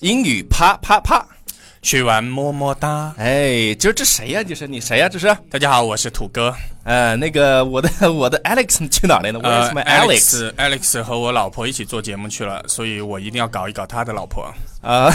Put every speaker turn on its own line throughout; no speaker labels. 英语啪啪啪。
去玩么么哒。
哎，就这谁呀、这是你谁呀、这是
大家好，我是土哥。
呃，那个我的 我的 Alex 去哪儿了呢？Where's my 呃 Alex？
Alex Alex 呃和我老婆一起做节目去了，所以我一定要搞一搞他的老婆。
啊、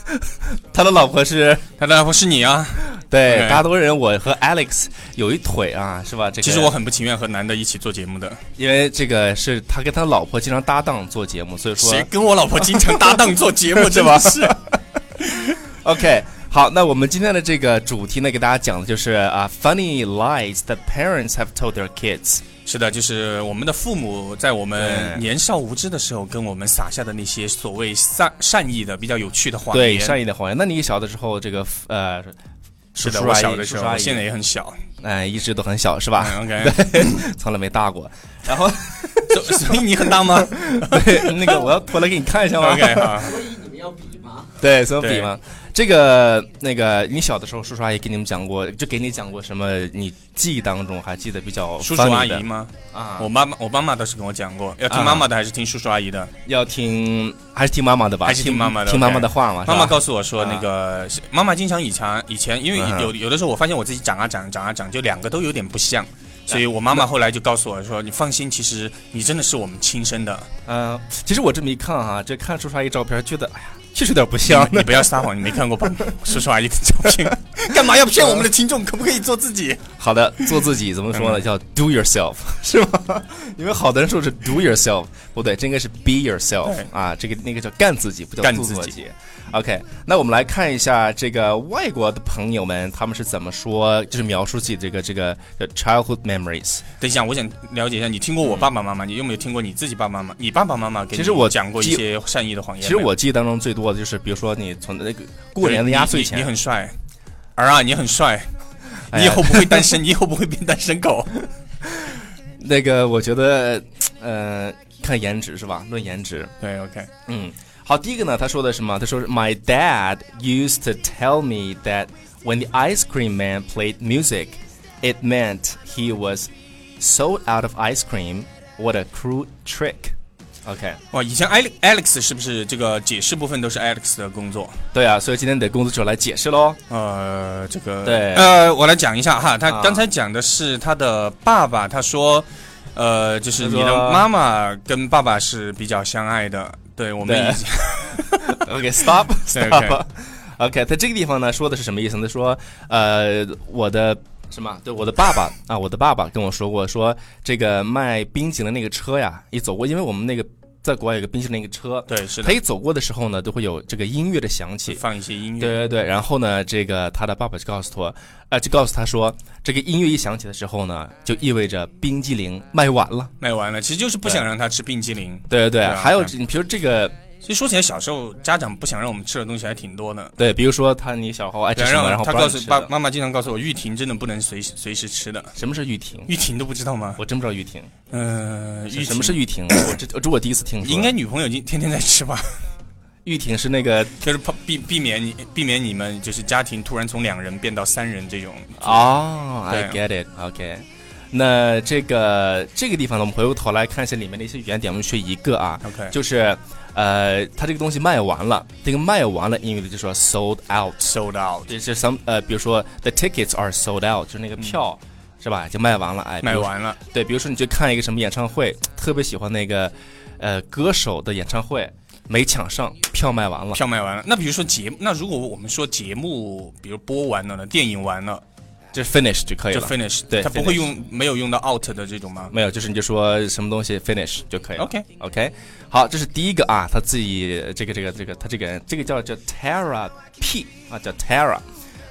他的老婆是
他的老婆是你啊。
对
OK
大多人，我和 Alex 有一腿啊，是吧？这个
其实我很不情愿和男的一起做节目的。
因为这个是他跟他老婆经常搭档做节目，所以说
谁跟我老婆经常搭档做节目，
是
真
吧
的 是。
OK，好，那我们今天的这个主题呢，给大家讲的就是啊、f u n n y lies that parents have told their kids。
是的，就是我们的父母在我们
对
年少无知的时候，跟我们撒下的那些所谓善善意的、比较有趣的谎
对，
言。
善意的谎言。那你小的时候，这个呃，
是的，
叔叔
我
阿姨
小的时
叔叔阿
候，
姨
现在也很小。
哎、一直都很小，是吧？
嗯 OK，
从来没大过。然后
所所以你很大吗
对那个，我要脱来给你看一下吗
？OK 哈，
你们要比吗？
对，所以比嘛，这个那个，你小的时候，叔叔阿姨给你们讲过，就给你讲过什么？你记忆当中还记得比较
叔叔阿
funny 的
姨吗？
啊，
我妈妈，我妈妈倒是跟我讲过，要听妈妈的还是听叔叔阿姨的？
要听还是听妈妈的吧？
还是听妈妈的
听妈妈
OK
的话嘛。是吧
妈妈告诉我说，
啊
那个是妈妈经常以前以前，因为
嗯
有有的时候我发现我自己长啊长长啊长，就两个都有点不像，所以我妈妈后来就告诉我说，你放心，其实你真的是我们亲生 的，
呃，其实我这么一看哈、这看叔叔阿姨照片，觉得哎呀，确实有点不
你
像。
你不要撒谎，你没看过 吧？叔叔阿姨的照片， 干嘛要骗我们的听众？可不可以做自己？
好的，做自己怎么
嗯
说呢？叫 do yourself 是吗？因为好多人说是 do yourself，不对，这应该是 be yourself
对
啊，这个那个叫干自己，不叫
干
做
自己
OK，那我们来看一下这个外国的朋友们他们是怎么说，就是描述自己这个这个呃 childhood memories。
等一下，我想了解一下，你听过我爸爸妈妈，你有没有听过你自己爸爸妈妈？你爸爸妈妈给你
其实我
讲过一
记
些善意的谎言没
其
有。
实我记忆当中最多的就是，比如说你从那个过年的压岁
你你你
钱，
很帅，儿啊，你很帅，
哎
你
呀
以后不会 单身，你以后不会变单身狗。
那个我觉得呃，看颜值是吧？论颜值，
对，OK，
嗯，好，第一个呢，他说的什么？他说是 My dad used to tell me that when the ice cream man played music, it meant he was sold out of ice cream. What a cruel trick! OK，
哇，以前 Alex Alex 是不是这个解释部分都是 Alex 的工作？
对啊，所以今天得工作者来解释喽。
呃，这个
对
呃，我来讲一下哈，他
啊
刚才讲的是他的爸爸，他说，呃，就是
他
你
说
的妈妈跟爸爸是比较相爱的。对，我们
对
以前
OK，stop，stop、
OK
OK，他这个地方呢说的是什么意思呢？他说，呃，我的什么？对，我的爸爸啊，我的爸爸跟我说过，说这个卖冰淇淋那个车呀，一走过，因为我们那个在国外有个冰淇淋那个车，
对是
他
的，
一走过的时候呢，都会有这个音乐的响起。
放一些音
对
乐，
对对，然后呢，这个他的爸爸就告诉他，呃，就告诉他说，这个音乐一响起的时候呢，就意味着冰激凌卖完了。
卖完了，其实就是不想让他吃冰激凌。
对对对，
对啊
还有
对
你比如这个，
其实说起来，小时候家长不想让我们吃的东西还挺多的。
对，比如说他你小时候爱吃什
让
么，哎然后
他
不让
告
你
诉
吃
爸
的
妈妈经常告诉我，玉婷真的不能随随时吃的，
什么是玉婷？
玉婷都不知道吗？
我真不知道玉婷，
嗯、呃，玉婷
什么是玉婷？我这这我第一次听说。
应该女朋友已经天天在吃吧，
玉婷是那个
就是怕避避免你避免你们就是家庭突然从两人变到三人这种。
哦，I
对啊
get it。OK，那这个这个地方呢，我们回过头来看一下里面的一些语言点，我们学一个啊。
OK，
就是呃，它这个东西卖完了，这个卖完了，英语里就说 sold out，
sold out，
这是 some 呃，比如说 the tickets are sold out，就是那个票。是吧？就卖完了，哎，
嗯卖
比如
完了。
对，比如说你去看一个什么演唱会，特别喜欢那个，呃，歌手的演唱会，没抢上，票卖完了，
票卖完了，那比如说节，那如果我们说节目，比如播完了呢，电影完了
就 finish 就可以
就
了。
finish，
对
他不
finish
会用没有用到 out 的这种吗
没有，就是你就说什么东西 finish 就可以了。
？OK，
OK，好，这是第一个啊，他自己这个这个这个他这个人，这个叫叫 Tara P 啊，叫 Tara，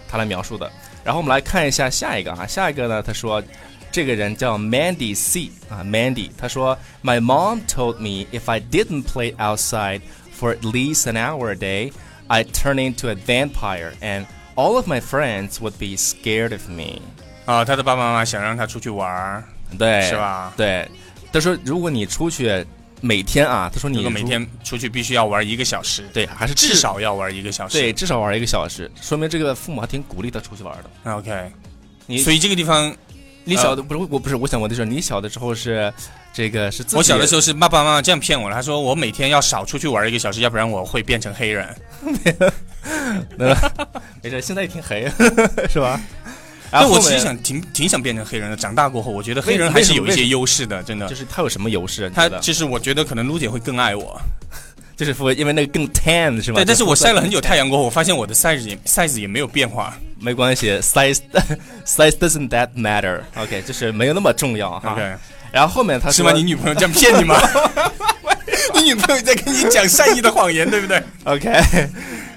他来描述的。然后我们来看一下下一个啊，下一个呢，他说这个人叫 Mandy C 啊，Mandy，他说 My mom told me if I didn't play outside for at least an hour a day, I'd turn into a vampire and all of my friends would be scared of me。
啊，他的爸爸妈妈想让他出去玩儿，
对，
是？吧？
对，他说如果你出去每天啊，他说你
如果每
如
天出去必须要玩一个小时，
对还是
至少要玩一个小时。
对至少玩一个小时，说明这个父母还挺鼓励他出去玩的。
啊，OK。
你
所以这个地方，
你小的不是我不是我想问的是，你小的时候是这个是自己
我小的时候是爸爸妈妈这样骗我的，他说我每天要少出去玩一个小时，要不然我会变成黑人。
没事，现在也挺黑是吧？然
但
后
我
后
其实
面
想挺挺想变成黑人的，长大过后，我觉得
为
黑人
为
还是
什么
有一
为什
些
么
优势的，真的
就。是他有什么优势？
他
就
就是我觉得可能撸姐会更爱我，
就是说因为那个更 tan 是吧？
对，但是我晒了很
久。
久太阳过后，我发现我的 size 也 size 也没有变化。
没关系，size size doesn't that matter。OK，就是没有那么重要哈。
OK，
然后后面他
是
说
吗？你女朋友这样骗你吗？你女朋友在跟你讲善意的谎言，对不对？
OK，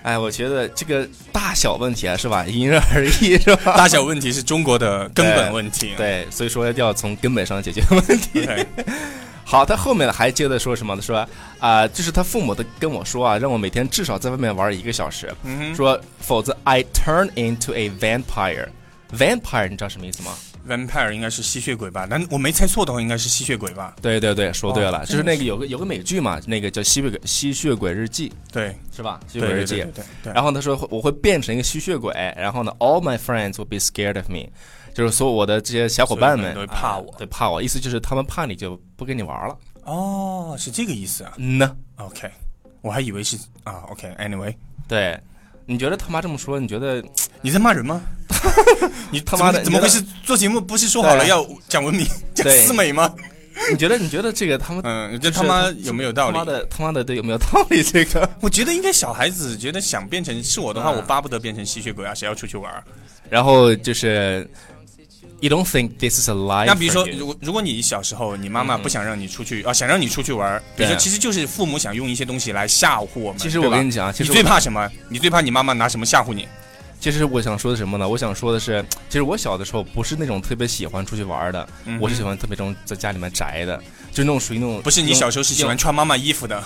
哎，我觉得这个大小问题啊，是吧？因人而异，是吧？
大小问题是中国的根本问题。
对，所以说要从根本上解决问题。
OK，
好，他后面还接着说什么呢？说啊、就是他父母的跟我说啊，让我每天至少在外面玩一个小时，
嗯
说否则 I turn into a vampire。vampire 你知道什么意思吗？
，Vampire 应该是吸血鬼吧？但我没猜错的话，应该是吸血鬼吧？
对对对，说对了，
哦
就是那个有个有个美剧嘛，那个叫《吸血鬼吸血鬼日记
对，》，
是吧？吸
对
血鬼
对
日
对
记。
对对。
然后他说会我会变成一个吸血鬼，然后呢，all my friends will be scared of me，就是所有我的这些小伙伴们
所有人都会怕我
啊对，怕我，意思就是他们怕你就不跟你玩了。
哦，是这个意思啊。
嗯呢，
OK，我还以为是啊。OK，Anyway，
对，你觉得他妈这么说，你觉得
你在骂人吗？
你他妈的
怎么
你
回
觉
事
得？？
做节目不是说好了
对
要讲文明、讲
对
思美吗？
你觉得你觉得这个他们
嗯，这
就是
他妈有没有道
他妈
理？
的他妈的对有没有道理？这个
我觉得应该小孩子觉得想变成是我的话，
嗯
我巴不得变成吸血鬼啊，谁要出去玩儿？
然后就是，you don't think this is a lie？
那比如
for
说，
you
如果如果你小时候你妈妈不想让你出去啊，想让你出去玩儿，比如说
对
其实就是父母想用一些东西来吓唬啊我们。
其实
对
我
吧
跟你讲啊，其
你
实
最
我
怕什么？你最怕你妈妈拿什么吓唬你？
其实我想说的是什么呢？我想说的是，其实我小的时候不是那种特别喜欢出去玩的，
嗯
我是喜欢特别这种在家里面宅的，就那种属于那种
不是你
用
小时候是喜欢穿妈妈衣服的，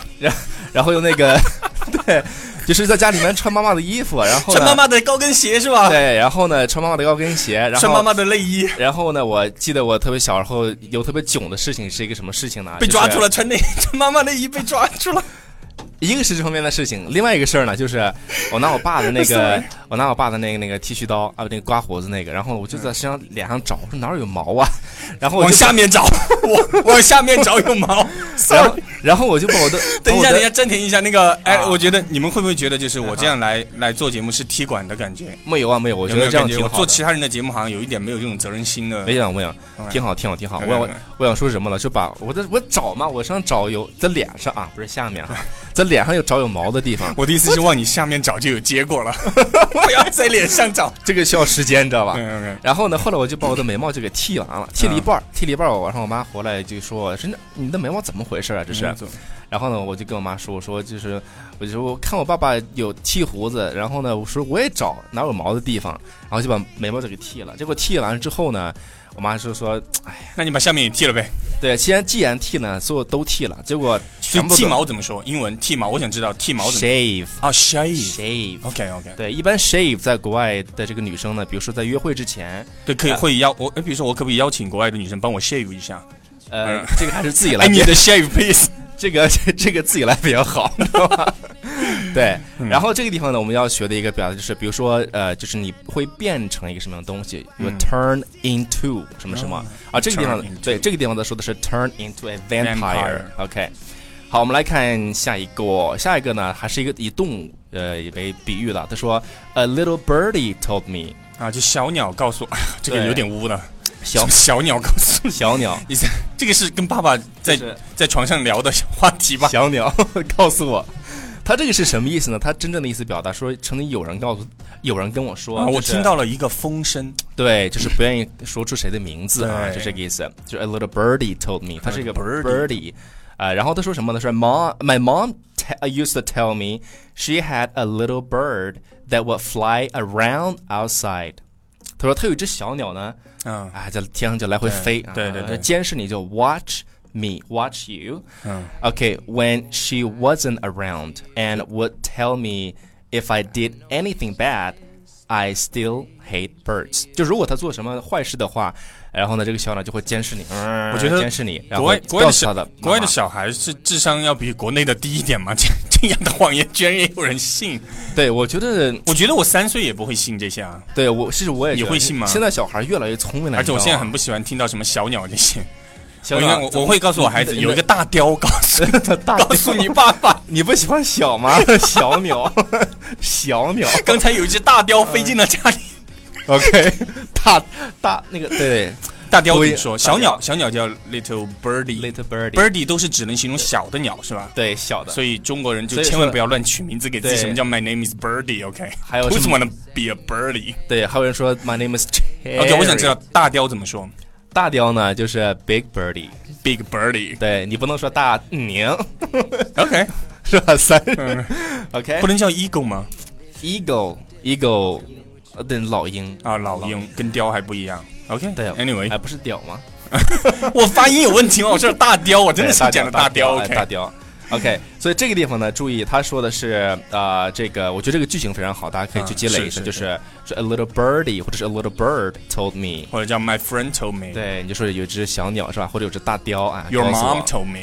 然后用那个 对，就是在家里面穿妈妈的衣服，然后呢
穿妈妈的高跟鞋是吧？
对，然后呢穿妈妈的高跟鞋，然
穿妈
后
妈的内衣，
然后呢，我记得我特别小时候有特别囧的事情是一个什么事情呢？
被抓住
了。
了，穿内 穿妈妈内衣被抓住了。
一个是这方面的事情，另外一个事儿呢，就是我拿我爸的那个
Sorry，
我拿我爸的那个那个剃须刀啊，那个刮胡子那个，然后我就在身上脸上找，我说哪儿有毛啊，然 后我
往
就
下 面找，我往下面找有毛。
然后然后我就把我的
等一下，
把我
等
的
一下，暂停一下。那个，哎，
啊
我觉得你们会不会觉得，就是我这样来来做节目是踢馆的感觉？
没有啊没有，我
我
觉得这样挺
我
好
做
的。
其他人的节目好像有一点没有这种责任心的。
没想没想，
嗯
挺好挺好挺好。我
嗯
想
嗯嗯
我想说什么了？就把我的我找嘛，我身上找有在脸上啊，不是下面啊，在脸上有找有毛的地方，
我的意思是往你下面找就有结果 了，不要在脸上找。
这个需要时间，你知道吧？
嗯嗯
然后呢，后来我就把我的眉毛就给剃完了，剃了一半儿，剃了一半儿，我晚上我妈回来就说我：“说你的眉毛怎么回事啊？”这是。然后呢，我就跟我妈说：“我说就是，我就说我看我爸爸有剃胡子，然后呢，我说我也找哪有毛的地方，然后就把眉毛就给剃了。结果剃完之后呢，我妈就说：‘
那你把下面也剃了呗。
对，既然既然剃呢，所有都剃了，结果
所
全
以
部
剃毛怎么说？英文剃毛，我想知道剃毛怎么
shave
啊？shave。
shave。
OK OK，
对，一般 shave 在国外的这个女生呢，比如说在约会之前，
对，可以
啊
会邀我，哎，比如说我可不可以邀请国外的女生帮我 shave 一下？
呃
嗯，
这个还是自己来
哎，
比，
你的 shave please。
这个 这个自己来比较好，你知道吗？ 对，
嗯
然后这个地方呢，我们要学的一个表达就是，比如说呃，就是你会变成一个什么样的东西，you turn into 什么什么啊？这个地方
嗯哦 turn into
对这个地方他说的是 turn into a
Vampire
vampire。OK，好，我们来看下一个，下一个呢还是一个以动物呃为比喻的，他说 a little birdie told me
啊，就小鸟告诉我，哎呀这个
对
有点污了。
小
小鸟告诉 我，
小鸟。
你在这个是跟爸爸在
就是
在床上聊的话题吧？
小鸟告诉我，他这个是什么意思呢？他真正的意思表达说，曾经有人告诉，有人跟我说，
啊，我
就是
听，到了一个风声，
对，就是不愿意说出谁的名字啊，
对
就这个意思。就是 a little birdie told me，他是一个
birdie
birdie，啊、然后他说什么呢？说 mom my mom te- used to tell me she had a little bird that would fly around outside。他说他有一只小鸟呢，
嗯
啊，在天上就来回飞，
对对
啊
对
监视你就 watch me watch you。
嗯
Okay, when she wasn't around and would tell me if I did anything bad, I still hate birds. 就如果她做什么坏事的话，然后呢，这个小鸟就会监视你。我
觉得
监视你，然
国
后
外国外
告
的
诉她
小
的
国外的
妈妈
小孩是智商要比国内的低一点吗？这 这样的谎言居然也有人信？
对，我觉得，
我觉得我三岁也不会信这些啊，
对我是我也
你
觉得
会信吗
现在小孩越来越聪明了，
而且我
你
现
知
在
道吗
很不喜欢听到什么小鸟这些。
小
我应该
啊
我我会告诉我孩子，有一个大雕，告 诉你
大
告诉你爸爸，
你不喜欢小吗？小鸟，小鸟
刚才有一只大雕飞进了家 里。
，OK，大大那个对
大雕
我
怎
也
么
大
说？小
雕
鸟小鸟叫 little birdie，birdie
，little birdie，
都是只能形容小的鸟是吧？
对小的，
所以中国人就
所以说
千万不要乱取名字，给自己
对
什么叫 My name is Birdie，OK？
还有
为
什
什
么
么能 be a birdie？OK，
对，还有人说 my name is Cherry。
我想知道大雕怎么说
大雕呢，就是 big birdie，
，Big Birdie。
对你不能说大宁
OK，
是吧？三
嗯，
，OK，
不能叫 eagle 吗？
eagle eagle，呃，对，老鹰，
啊，老鹰跟雕还不一样。OK，
对还
，Anyway，
不是屌吗？
我发音有问题吗？我说大雕，我 真的
对
是讲的
大
雕。
哎大
OK，
雕。OK，所以这个地方呢，注意他说的是啊、呃这个我觉得这个剧情非常好，大家可以去
嗯
积累一
是
下，
是
就是说 a little birdie 或者是 a little bird told me，
或者叫 My friend told me，Your
对，你就说有一只小鸟是吧，或者有只大雕啊
mom
告诉
told me。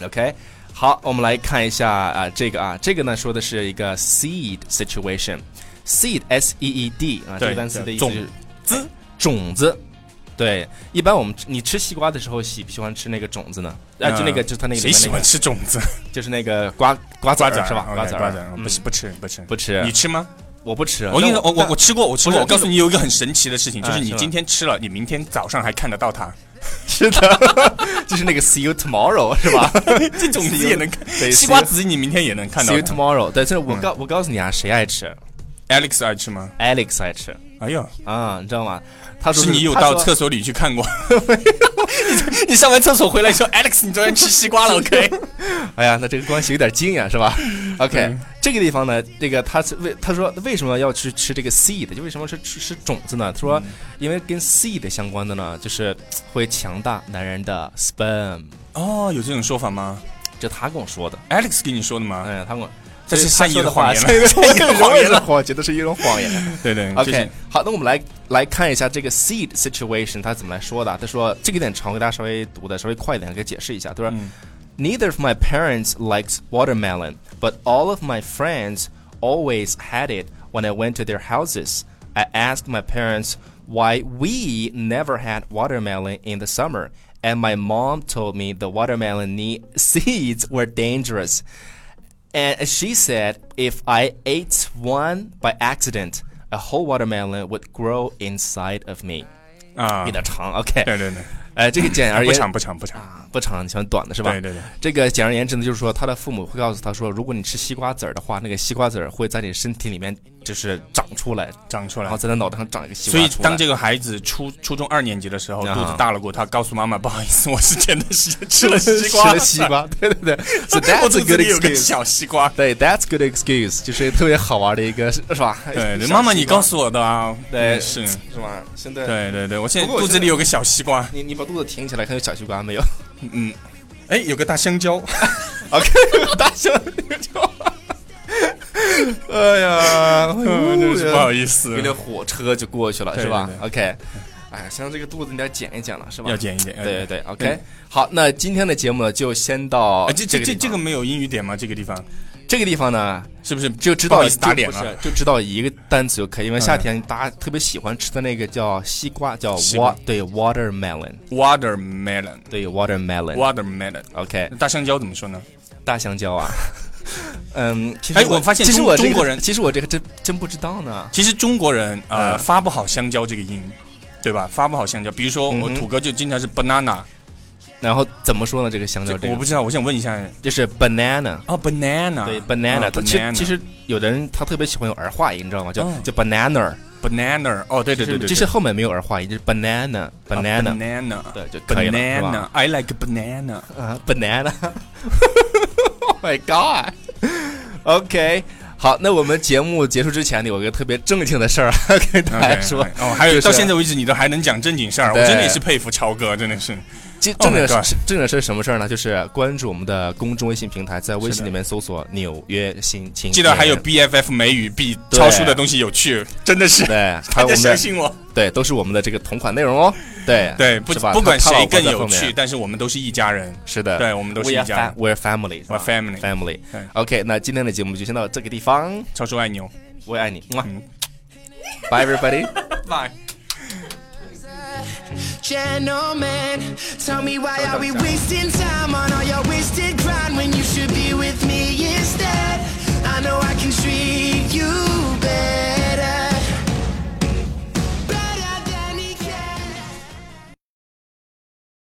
我 OK，好，我们来看一下啊、这个啊，这个呢说的是一个 seed situation。seed s e e d 啊，这
对
个单词的意思
种
是
子
种子。对，一般我们你吃西瓜的时候喜不喜欢吃那个种子呢？啊，就那个，
嗯
就是它那个里
谁
面
喜
那
欢
个，
吃种 子？
就是那个瓜瓜子
瓜
儿
子儿
是吧？
？OK，
瓜
瓜
子
子
儿，
儿，不
嗯
吃不吃不吃。
不吃
你，吃吗？
我不吃。啊
我跟你说，我我
但
我吃过，我吃过。
不是
我告诉你有一个很神奇的事情，就是
啊
你
是吗
今天吃了，你明天早上还看得到 它。
是的，就是那个 see you tomorrow 是吧
这种子也能
对
看，西瓜籽你明天也能看到嗯
？see you
它。
tomorrow。对，这我告我告诉你啊，谁爱吃
Alex 爱吃吗？
？Alex 爱吃
哎呀，
啊，你知道吗？他说
是你有
他
到
说
厕所里去看 过？你你上完厕所回来说，Alex，你昨天吃西瓜 了？OK，
哎呀，那这个关系有点近呀，是 吧？OK，、
嗯
这个地方呢，这个他是为他说为什么要去吃这个 seed，就为什么是吃吃种子呢？他
嗯
说，因为跟 seed 相关的呢，就是会强大男人的 sperm，
哦，有这种说法吗
这他跟我说的。
？Alex 跟你说的吗？
哎呀，他跟我
这是
所
善
以
意
他说
的
的
谎
话
言
是
了，善意的 谎言了。
我觉得是一种谎 言。
对对
OK，、
就是
好，那我们来来看一下这个 seed situation 他怎么来说的啊。他说这个有点长，我给大家稍微读的稍微快一点，给解释一下。他说、
嗯
n e i t h e r of my parents likes watermelon, but all of my friends always had it when I went to their houses. I asked my parents why we never had watermelon in the summer, and my mom told me the watermelon ne- seeds were dangerous. And she said if I ate one by accident, a whole watermelon would grow inside of me.
啊
有，点长，OK。
对对对，
哎，这个简而
不
言
长不长不长，
不长，你喜欢短的是吧？
对对对。
这个简而言之呢，就是说他的父母会告诉他说，如果你吃西瓜籽儿的话，那个西瓜籽儿会在你身体里面就是长出来，
长出
然
来
后。在他脑袋上长一个西瓜
所以，
出来
当这个孩子初初中二年级的时候，
啊
肚子大了过，他告诉妈妈：“不好意思，我是前段时间吃了西瓜，
吃了西，瓜，对对对。So
我
that's
肚
a
子
good
里有个
excuse.
小西瓜。
对，that's good excuse，就是特别好玩的一个，是是吧？”
对，对
小
妈妈，
西
你
瓜
告诉我的啊。
对
嗯是，
是吧？现在
对对对，我现
不
在
过我
肚子里有个小西瓜，
你你把肚子挺起来，看有小西瓜没有
嗯，哎，有个大 香蕉，
？OK，大象就， 哎呀，
嗯 真
啊
是不好意思
有，点火车就过去了，
对
是吧
对对
？OK，哎，像这个肚子你得减一减了，是吧？
要。减一点。要减
对对对，OK
嗯。
好，那今天的节目呢，就先到
哎，这这这
这
这个没有英语点吗？这个地方
这个地方呢，
是不是
就知
不
道
好意思打脸
就不
了？
是就知道一个单词就可以，因为夏天大家特别喜欢吃的那个叫西瓜，叫
西瓜
wa 对 watermelon，
Watermelon，Watermelon，
对 watermelon。OK，
大香蕉怎么说呢？
大香蕉 啊。嗯，其实
哎我发现
其实
中
我这个
中国人
其实我这个真真不知道呢。
其实中国人呃、
嗯
发不好香蕉这个音，对吧？发不好香蕉，比如说我
嗯哼
土哥就经常是 banana，、
然后怎么说呢？这个香蕉，这
我
个
不知道，我想问一下
就是 banana，
哦 banana，
对 banana，
哦
它其
banana
其实有的人他特别喜欢有儿化音，你知道吗？叫
嗯
叫 banana，
banana，哦对对对对，
就是后面没有儿化音，就是 banana
对
banana，
banana，
对就可以了，是吧？
banana，I like banana，
啊，banana。oh my god。OK，好，那我们节目结束之前呢，有一个特别正经的事儿 要跟大家
OK，
说。
哎哦，还有
就是
到现在为止你都还能讲正经事儿，我
对
真的也是佩服超哥，真的是
这正
Oh my
经
God
是正经是什么事儿呢？就是关注我们的公众微信平台，在微
是
信
的
里面搜索“纽约新青年”，
记得还有 BFF 美语比
对
超叔的东西有趣，真的 是
对，还
大
有我
家
们
相
的
信我。
对，都是我们的这个同款内容哦。对
对，不
是吧
不管
他他
谁
老婆
更
在
有
后面
趣，但是我们都是一家人。
是的，
对，我们都是
We
一
are
家
fa-
人。
we're family，
We're family
family
对。
OK，那今天的节目就先到这个地方，
超叔爱你哦，
我也爱你
嗯
，Bye everybody。
拜。
gentlemen. Tell me why are we wasting time on all your wasted grind when you should